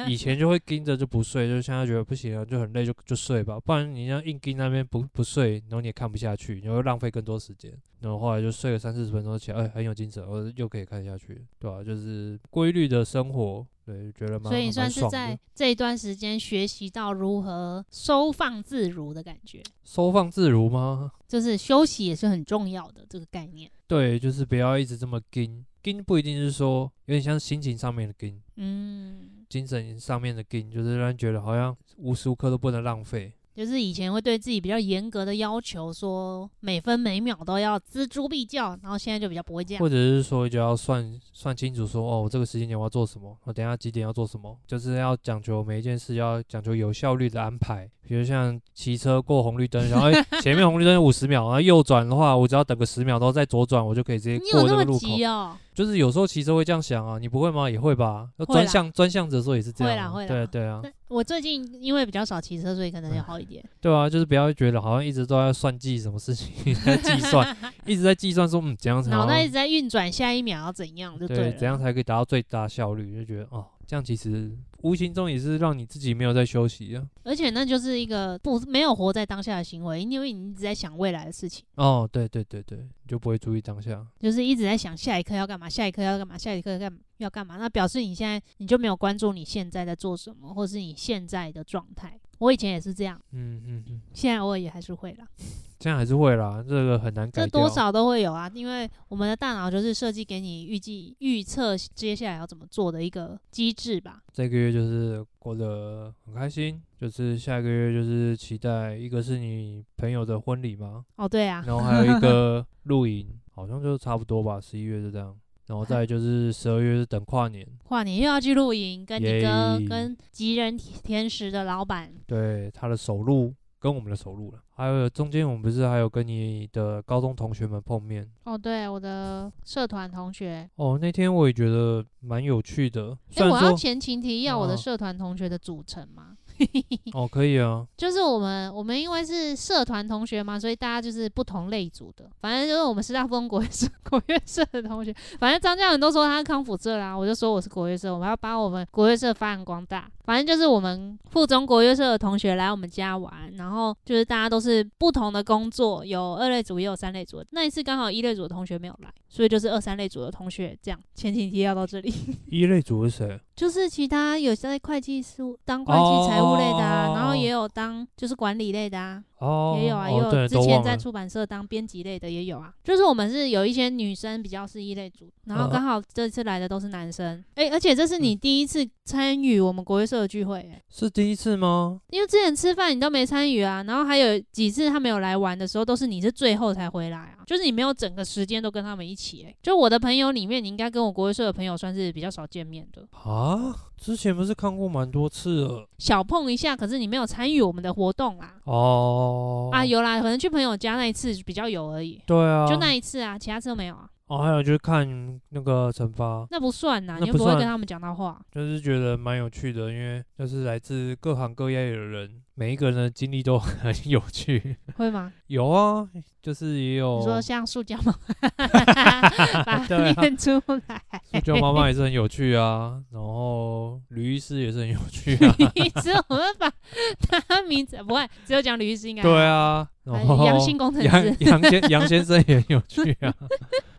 以前就会盯着就不睡，就现在觉得不行了，啊就很累就就睡吧，不然你这样硬盯那边不不睡，然后你也看不下去，你会浪费更多时间。然后后来就睡个三四十分钟起来，哎，很有精神，我又可以看下去，对啊，就是规律的生活，对，觉得蛮
所以你算
蛮
是
爽的
在这一段时间学习到如何收放自如的感觉，
收放自如吗？
就是休息也是很重要的这个概念。
对，就是不要一直这么盯，盯不一定是说有点像心情上面的盯，
嗯，
精神上面的盯，就是让人觉得好像无时无刻都不能浪费。
就是以前会对自己比较严格的要求，说每分每秒都要锱铢必较，然后现在就比较不会这样
或。者是说就要算算清楚说，哦，我这个时间点我要做什么，我等一下几点要做什么，就是要讲求每一件事要讲求有效率的安排。比如像骑车过红绿灯，
[laughs]
然后、哎前面红绿灯五十秒，然后右转的话，我只要等个十秒，然后再左转，我就可以直接
你有
过这
那么
个路口。
急哦？
就是有时候骑车会这样想啊，你不会吗？也会吧。那
会
专
啦
项专项子的时候也是这
会
样啊，
啦会
对
啦
对啊，
那我最近因为比较少骑车，所以可能也好一点。
对啊，就是不要觉得好像一直都在算计什么事情， [laughs] 在计算，
[laughs]
一直在计算说嗯怎样才
脑
好
袋一直在运转，下一秒要怎样就
对
了。
怎样才可以达到最大效率，就觉得哦这样其实无形中也是让你自己没有在休息啊。
而且那就是一个不没有活在当下的行为，因为你一直在想未来的事情，
哦，对对对对，你就不会注意当下。
就是一直在想下一刻要干嘛，下一刻要干嘛，下一刻要干嘛要干嘛。那表示你现在你就没有关注你现在在做什么，或是你现在的状态。我以前也是这样，
嗯嗯嗯，
现在偶尔也还是会啦，
这样还是会啦，这个很难改
这
掉。
多少都会有啊，因为我们的大脑就是设计给你预计预测接下来要怎么做的一个机制吧。
这个月就是过得很开心，就是下个月就是期待一个是你朋友的婚礼嘛，
哦，对啊，
然后还有一个露营，好像就差不多
[laughs]
吧，十一月就这样。然后再来就是十二月是等跨年，
跨年又要去露营，跟你哥、
耶
跟吉人甜食的老板，
对他的首录跟我们的首录了，还有中间我们不是还有跟你的高中同学们碰面
哦，对，我的社团同学，
哦，那天我也觉得蛮有趣的，
哎、
虽然
我要
说
前情提要我的
哦
社团同学的组成嘛，
哦可以啊，
就是我们我们因为是社团同学嘛，所以大家就是不同类组的，反正就是我们师大风国 [laughs] 乐社国乐社的同学，反正张嘉文都说他是康复社啦，我就说我是国乐社，我们要把我们国乐社发扬光大，反正就是我们附中国乐社的同学来我们家玩，然后就是大家都是不同的工作，有二类组也有三类组，那一次刚好一类组的同学没有来，所以就是二三类组的同学这样，前情提要到这里。
一类组是谁？
就是其他有在会计事务当会计财务类的啊，
哦
然后也有当就是管理类的啊，
哦，
也有啊，也
哦、对
有之
都
前
忘
在
了
出版社当编辑类的也有啊。就是我们是有一些女生比较是一类组，然后
嗯
刚好这次来的都是男生。诶，而且这是你第一次参与我们国乐社的聚会、诶，
是第一次吗？
因为之前吃饭你都没参与啊，然后还有几次他们有来玩的时候，都是你是最后才回来啊，就是你没有整个时间都跟他们一起、诶，就我的朋友里面，你应该跟我国乐社的朋友算是比较少见面的。
啊，之前不是看过蛮多次了
小碰一下，可是你没有参与我们的活动啦。
哦
啊，有啦，可能去朋友家那一次比较有而已，
对啊，
就那一次啊，其他次都没有啊，
哦，还有就是看那个惩罚，
那不算呐，
那
你又
不
不会
算
跟他们讲到话。
就是觉得蛮有趣的，因为就是来自各行各业的人，每一个人的经历都很有趣。 [laughs]
会吗？
有啊，就是也有
你说像塑胶
[laughs]
吗？把它
哦对啊
念出来，
塑胶妈妈也是很有趣啊，然后吕医师也是很有趣
[laughs]
啊，
你知道我们把他名字不会，只有讲吕医师应该
对
啊，
啊，然
还有
后
阳性工程
杨
师
杨先杨先生也很有趣
[laughs]
啊，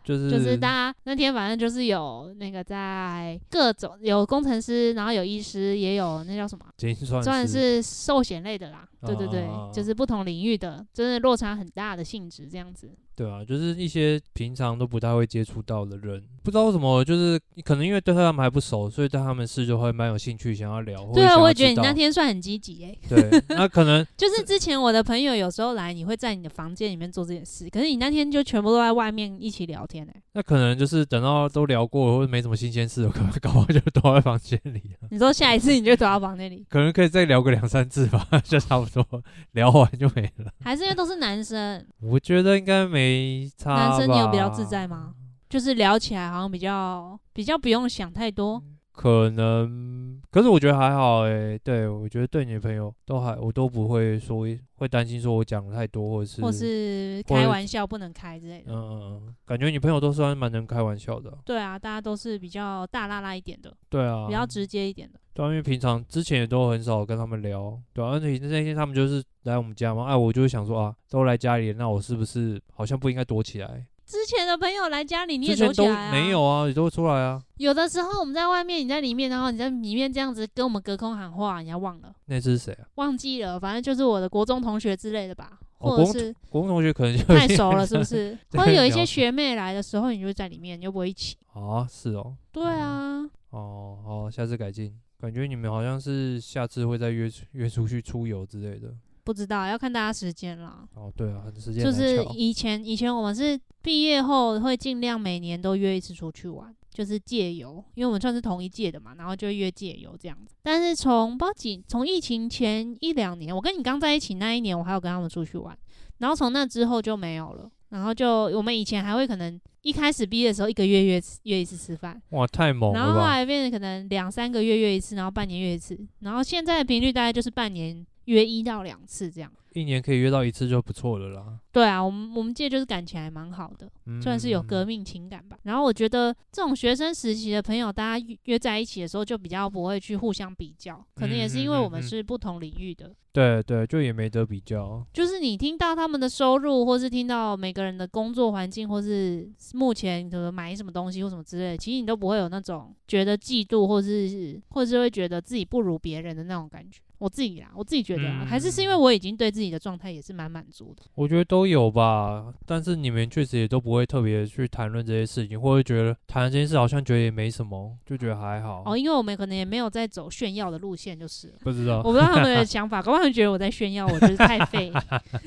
就是
就是大家那天反正就是有那个在各种有工程师，然后有医师，也有那叫什么啊
精算
算是
师
寿险类的啦，对对对，
啊
就是不同领域的，真的落差很大的性质这样子。
对啊，就是一些平常都不太会接触到的人，不知道为什么，就是可能因为对他们还不熟，所以对他们是就会蛮有兴趣，想要聊。或者
对啊，
想
我
要
也觉得你
知道
那天算很积极诶，
对，那可能
就是之前我的朋友有时候来，你会在你的房间里面做这件事，可是你那天就全部都在外面一起聊天欸诶，
那可能就是等到都聊过或者没什么新鲜事，我可能 [laughs] 搞不好就躲在房间里了，，
你说下一次你就躲到房间里
可能可以再聊个两三次吧， [laughs] 就差不多聊完就没了。
还是因为都是男
[laughs]
生，
我觉得应该没差。
男生你有比较自在？
啊
吗？就是聊起来好像比较比较不用想太多，
可能，可是我觉得还好诶、对我觉得对你的朋友都还，我都不会说会担心说我讲的太多，或者嗯是
或是
或者
开玩笑不能开之类的。
嗯，嗯嗯，感觉你朋友都算蛮能开玩笑的啊、
对啊，大家都是比较大辣辣一点的，
对啊，
比较直接一点的。
对啊，因为平常之前也都很少跟他们聊，对啊，而且那天他们就是来我们家嘛，哎、我就会想说啊，都来家里了，那我是不是好像不应该躲起来？
之前的朋友来家里，你也
之
躲
前
起
都
来、啊、
没有。啊，也都会出来啊。
有的时候我们在外面，你在里面，然后你在里面这样子跟我们隔空喊话，你还忘了，
那次是谁啊？
忘记了，反正就是我的国中同学之类的吧，
哦
或者是
国文同学可能就
太熟了，是不是？
对
或者有一
了
些
解
学妹来的时候，你就在里面，你就不会一起。
啊，是 [laughs] 哦，
对啊，
哦，好，下次改进。感觉你们好像是下次会再约出约出去出游之类的。
不知道要看大家时间啦。
哦，对啊，很时间
就
难巧。
是以前以前我们是毕业后会尽量每年都约一次出去玩，就是借游，因为我们算是同一届的嘛，然后就约借游这样子。但是从不知道几从疫情前一两年，我跟你刚在一起那一年，我还有跟他们出去玩，然后从那之后就没有了。然后就我们以前还会可能一开始毕业的时候一个月约约一次吃饭，
哇，太猛
然
了
后后
吧！
来变成可能两三个月约一次，然后半年约一次，然后现在的频率大概就是半年约一到两次这样。
一年可以约到一次就不错了啦。
对啊，我们我们届就是感情还蛮好的，
嗯
算是有革命情感吧。然后我觉得这种学生时期的朋友，大家约约在一起的时候，就比较不会去互相比较，可能也是因为我
嗯嗯
们
嗯
是不同领域的。
对对，就也没得比较。
就是你听到他们的收入，或是听到每个人的工作环境，或是目前怎么买什么东西或什么之类的，其实你都不会有那种觉得嫉妒，或是或是会觉得自己不如别人的那种感觉。我自己啦，我自己觉得啊，
嗯
还是是因为我已经对自己的状态也是蛮满足的。
我觉得都有吧，但是你们确实也都不会特别去谈论这些事情，或者觉得谈论这件事好像觉得也没什么，就觉得还好。
哦，因为我们可能也没有在走炫耀的路线，就是了。
不知道
我不知道他们的想法，搞不好他们觉得我在炫耀，我就是太废 [laughs]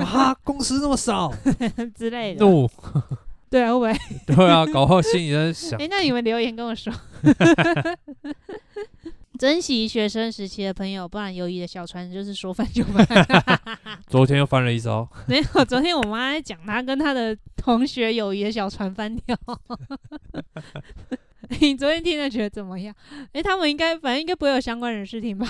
啊，公司那么少，
之类
[laughs]
的。
怒，
对啊，会不会？
对啊，搞不好心里在想
哎、，那你们留言跟我
[laughs]
说。珍惜学生时期的朋友，不然友谊的小船就是说翻就
[laughs]
翻。
昨天又翻了一艘，
没有，昨天我妈在讲她跟她的同学友谊的小船翻
[laughs]
掉。你昨天听了觉得怎么样？哎、他们应该反正应该不会有相关人士听吧？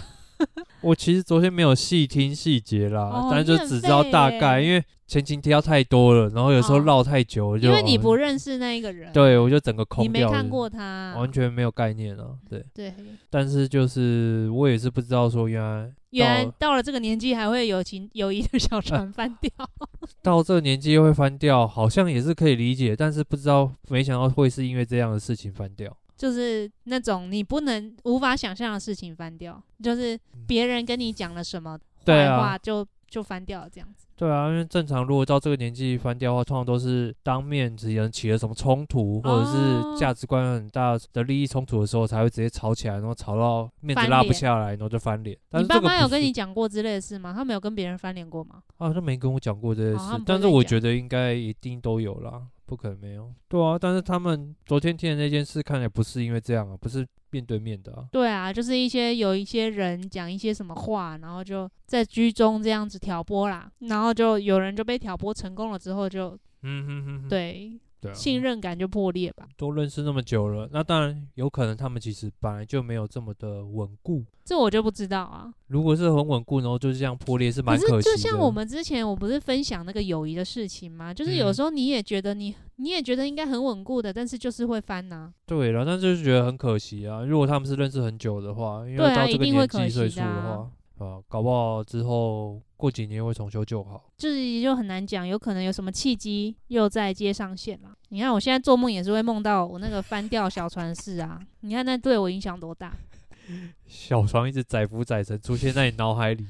我其实昨天没有细听细节啦，
哦
但是就
你很
只知道大
废
概，
耶
因为前情提要太多了，然后有时候
哦
绕太久了就，
因为你
哦
不认识那一个人，
对我就整个
你
空
没
掉了，
看过他，
完全没有概念啊，对。
对。
但是就是我也是不知道说原来
原来
到
到了这个年纪还会友情友谊的小 [laughs] 船翻掉，
到这个年纪又会翻掉，好像也是可以理解，但是不知道没想到会是因为这样的事情翻掉。
就是那种你不能无法想象的事情翻掉，就是别人跟你讲了什么
对
坏
啊
话就、就翻掉了这样子。
对啊，因为正常如果到这个年纪翻掉的话，通常都是当面之间起了什么冲突，或者
哦
是价值观很大的利益冲突的时候，才会直接吵起来，然后吵到面子
翻
拉不
脸
下来，然后就翻脸。但
你
是
爸
这个
妈
不
有跟
是
你讲过之类的事吗？他们有跟别人翻脸过吗？
啊，他没跟我讲过这件
哦他们
事
不，
但
会
是
跟你
我
讲
觉得应该一定都有啦，不可能没有。对啊，但是他们昨天听的那件事，看来不是因为这样啊，不是面对面的啊。
对啊，就是一些有一些人讲一些什么话，然后就在居中这样子挑拨啦，然后就有人就被挑拨成功了之后就，
嗯哼哼哼，
对
对啊，
信任感就破裂吧。
都认识那么久了，那当然有可能他们其实本来就没有这么的稳固。
这我就不知道啊。
如果是很稳固，然后就是这样破裂，是蛮
可
可惜
是
的。
就像我们之前，我不是分享那个友谊的事情吗？就是有
嗯
时候你也觉得你、你也觉得应该很稳固的，但是就是会翻呐、
对了，但就是觉得很可惜啊。如果他们是认识很久的话，因为
对啊
到这
一
个
定会
年
可
纪
惜
岁数
的
的
啊
话，啊，搞不好之后过几年会重修旧好。
就是也就很难讲，有可能有什么契机又在接上线了。你看我现在做梦也是会梦到我那个翻掉小船的事啊，你看那对我影响多大？
小床一直载浮载沉出现在你脑海里，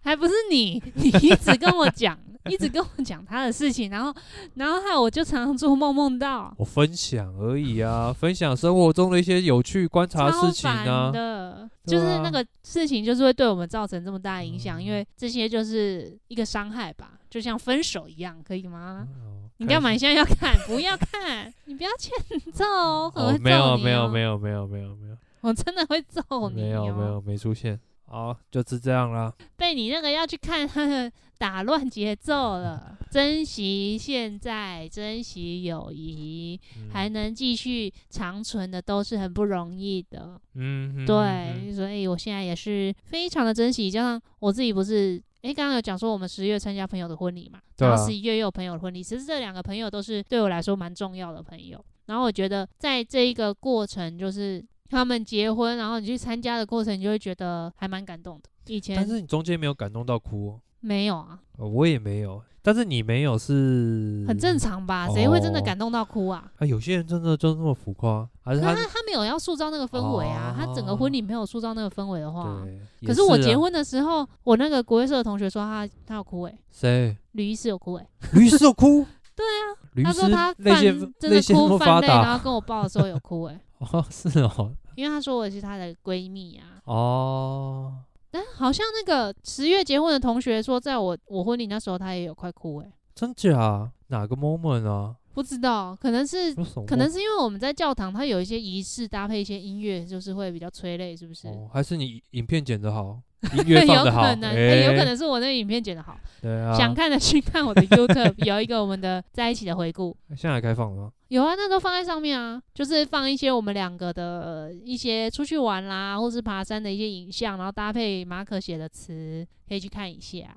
还不是你，你一直跟我讲，一直跟我讲他的事情，然后然后害我就常常做梦梦到，
我分享而已啊，分享生活中的一些有趣观察
超
事情啊
烦。的，
对
就
啊
是那个事情，就是会对我们造成这么大的影响，
嗯
因为这些就是一个伤害吧，就像分手一样，可以吗？
哦
你
开
干嘛？
始
你现在要看？不要看， [laughs] 你不要欠揍哦，我
哦
会，
没有
揍你
没有
哦
没有没有没有没有
我真的会揍你、哦，
没有没有没出现。好，就是这样啦。
被你那个要去看他的打乱节奏了。
嗯
珍惜现在，珍惜友谊，
嗯
还能继续长存的都是很不容易的。
嗯，嗯
对，，所以我现在也是非常的珍惜，加上我自己不是。诶，刚刚有讲说我们十月参加朋友的婚礼嘛，
对啊
然后十一月又有朋友的婚礼，其实这两个朋友都是对我来说蛮重要的朋友。然后我觉得在这一个过程，就是他们结婚，然后你去参加的过程，你就会觉得还蛮感动的。以前
但是你中间没有感动到哭哦、
没有啊，
哦我也没有，但是你没有是
很正
常
常吧？谁会真的
嗯哦
感动到哭啊？
啊。有些人真的就那么浮夸，还是
那
他哦
他他没有要塑造那个氛围啊，他整个婚礼没有塑造那个氛围的话，
对？也
可是我
啊
结婚的时候，我那个国乐社的同学说他他有哭诶、
谁？
吕医师有哭诶、
律师有哭？
[laughs] 对
啊，律
他
师
说他
泪
犯
腺
真的
泪腺那
哭
么发
犯泪，
达
然后跟我抱的时候有哭诶、 [laughs]
哦，是哦，
因为他说我是他的闺蜜啊。
哦，
但好像那个十月结婚的同学说，在我我婚礼那时候他也有快哭诶、
真假？哪个 moment 啊？
不知道可能是。
有什么？
可能是因为我们在教堂，它有一些仪式搭配一些音乐，就是会比较催泪，是不是？
哦，还是你影片剪得
[laughs]
好，音
对，
乐放得好，
有可能、哎有可
哎
能是我那个影片剪得好。
对啊。
想看的去看我的 YouTube，有一个我们的在一起的回顾。
现在还开放了吗？
有啊，那都放在上面啊，就是放一些我们两个的一些出去玩啦，或是爬山的一些影像，然后搭配马可写的词，可以去看一下。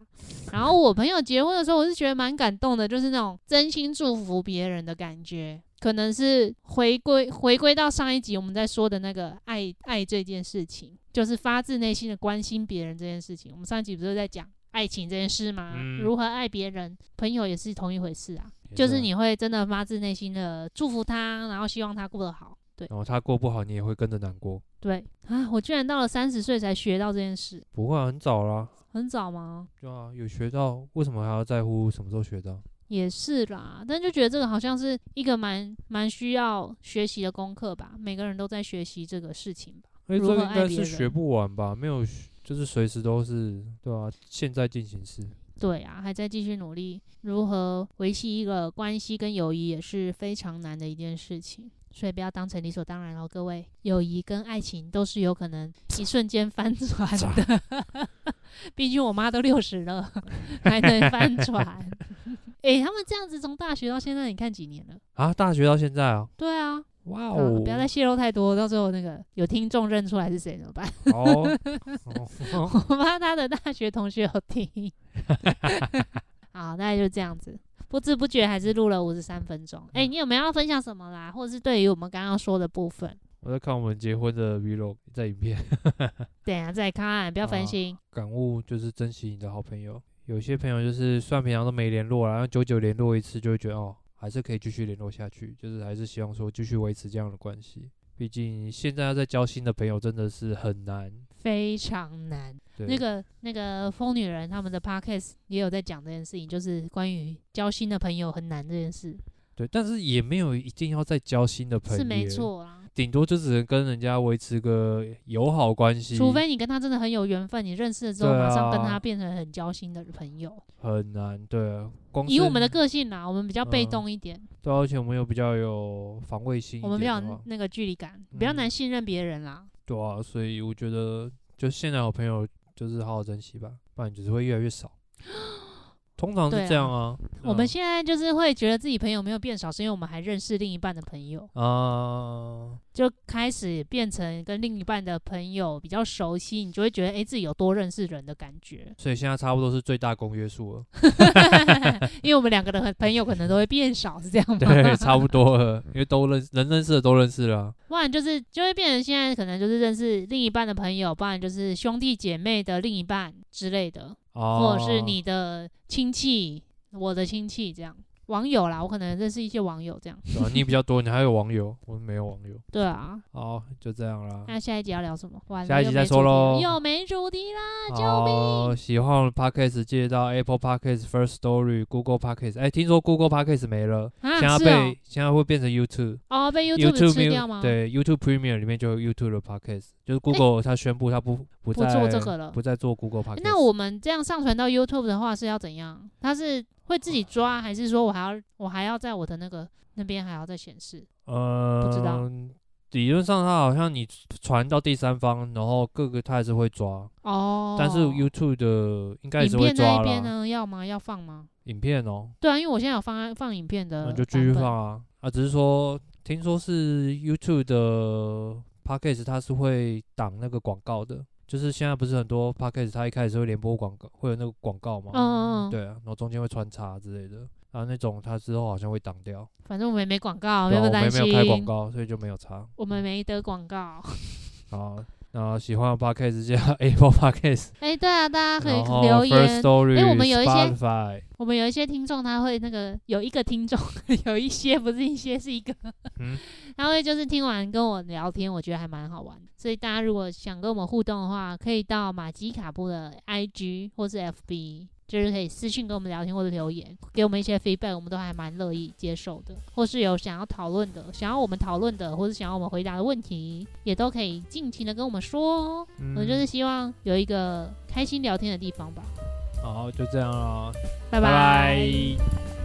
然后我朋友结婚的时候，我是觉得蛮感动的，就是那种真心祝福别人的感觉。可能是回归回归到上一集我们在说的那个爱爱这件事情，就是发自内心的关心别人这件事情。我们上一集不是在讲爱情这件事吗？
嗯
如何爱别人，朋友也是同一回事啊。
也
就是，你会真的发自内心的祝福他，然后希望他过得好。对
然后他过不好，你也会跟着难过。
对啊，我居然到了三十岁才学到这件事，
不会、啊，很早啦，
很早吗？
对啊，有学到，为什么还要在乎什么时候学到？
也是啦，但就觉得这个好像是一个蛮蛮需要学习的功课吧，每个人都在学习这个事情吧。
而且
如
这
何
个应
爱
该
别
是
人
学不完吧？没有学，就是随时都是，对啊，现在进行式。
对啊，还在继续努力，如何维系一个关系跟友谊也是非常难的一件事情，所以不要当成理所当然哦，各位，友谊跟爱情都是有可能一瞬间翻船的， [laughs] 毕竟我妈都六十了，还能翻船？ [laughs] 诶、他们这样子从大学到现在，你看几年了？
啊，大学到现在啊，
对啊，
哇
啊
哦，
不要再泄露太多，到时候那个有听众认出来是谁怎么办？
哦，
[laughs]
哦 [laughs]
我怕他的大学同学有听。 [laughs] 好，大概就这样子。不知不觉还是录了五十三分钟。哎、你有没有要分享什么啦？或者是对于我们刚刚说的部分，
我在看我们结婚的 vlog，在影片，
等一下啊再看，不要分心。
感悟就是珍惜你的好朋友。有些朋友就是虽然平常都没联络啦，然后久久联络一次，就会觉得哦，还是可以继续联络下去，就是还是希望说继续维持这样的关系。毕竟现在要再交新的朋友真的是很难。
非常难。
对，
那个那个疯女人他们的 podcast 也有在讲这件事情，就是关于交新的朋友很难这件事，
对，但是也没有一定要再交新的朋友，
是没，错啊啦。
顶多就只能跟人家维持个友好关系，
除非你跟他真的很有缘分，你认识了之后
对啊
马上跟他变成很交心的朋友。
很难。对啊，光
以
是
我们的个性啦，我们比较被动一点。
对啊，而且我们又比较有防卫心一
我们比较
点的话，
有那个距离感，比较
嗯
难信任别人啦。
对啊，所以我觉得就现在好朋友就是好好珍惜吧，不然只是会越来
[gasps]
越少。通常
对啊
是这样啊。
我们
嗯
现在就是会觉得自己朋友没有变少，是因为我们还认识另一半的朋友，
啊，。
就开始变成跟另一半的朋友比较熟悉，你就会觉得诶哎自己有多认识人的感觉
所以现在差不多是最大公约
[laughs]
数了，
因为我们两个的朋友可能都会变少，是这样吗？
对，差不多了，因为都认人认识的都认识了啊、
不然就是就会变成现在可能就是认识另一半的朋友，不然就是兄弟姐妹的另一半之类的。
哦
或者是你的亲戚、我的亲戚这样，网友啦，我可能认识一些网友这样。
对啊你比较多，你还有网友，我没有网友。
对啊，
好，就这样啦。
那下一集要聊什么？完了
下一集
又没
再说
主题了
咯哦
又没主题啦。
好，喜欢我们 podcast 记得到 Apple Podcast、First Story、Google Podcast。哎，听说 Google Podcast 没了，现
啊，
在
是哦
被，现在会变成 YouTube。
哦，被
YouTube
YouTube 吃掉吗？，
对 YouTube Premium 里面就有 YouTube 的 Podcast，就是 Google 它宣布它不不
不
再
做这个了
不再做 Google Podcast。
那我们这样上传到 YouTube 的话是要怎样？它是会自己抓，还是说我还要我还要在我的那个那边还要再显示？
呃
不知道。
理论上，它好像你传到第三方，然后各个它还是会抓，
哦，
但是 YouTube 的应该也
影
是会
片那
抓啊
一边
啦。
呢？要吗？要放吗？
影片哦，
对啊，因为我现在有放放影片的
那
呃版本，
就继续放啊啊！只是说，听说是 YouTube 的 Podcast 它是会挡那个广告的，就是现在不是很多 Podcast 它一开始是会连播广告，会有那个广告嘛？
嗯嗯嗯
对啊，然后中间会穿插之类的，啊，那种它之后好像会挡掉。
反正我们也没广告，
对啊
不
我
哦要担
们
心。
没有开广告，所以就没有差。
我们没得广告。
啊，那喜欢的 Podcast 加 [laughs] Apple Podcast，
哎、对啊，大家可以
然后
留
First
言。
Story，
哎我们有一些
Spotify，
我们有一些听众他会那个有一个听众， [laughs] 有一些不是一些是一个，
嗯
他会就是听完跟我聊天，我觉得还蛮好玩的。所以大家如果想跟我们互动的话，可以到马吉卡布的 IG 或是 FB。就是可以私信跟我们聊天或者留言，给我们一些 feedback，我们都还蛮乐意接受的。或是有想要讨论的，想要我们讨论的，或是想要我们回答的问题，也都可以尽情的跟我们说哦。
嗯，
我就是希望有一个开心聊天的地方吧。
好，就这样啦，
拜
拜
拜。
拜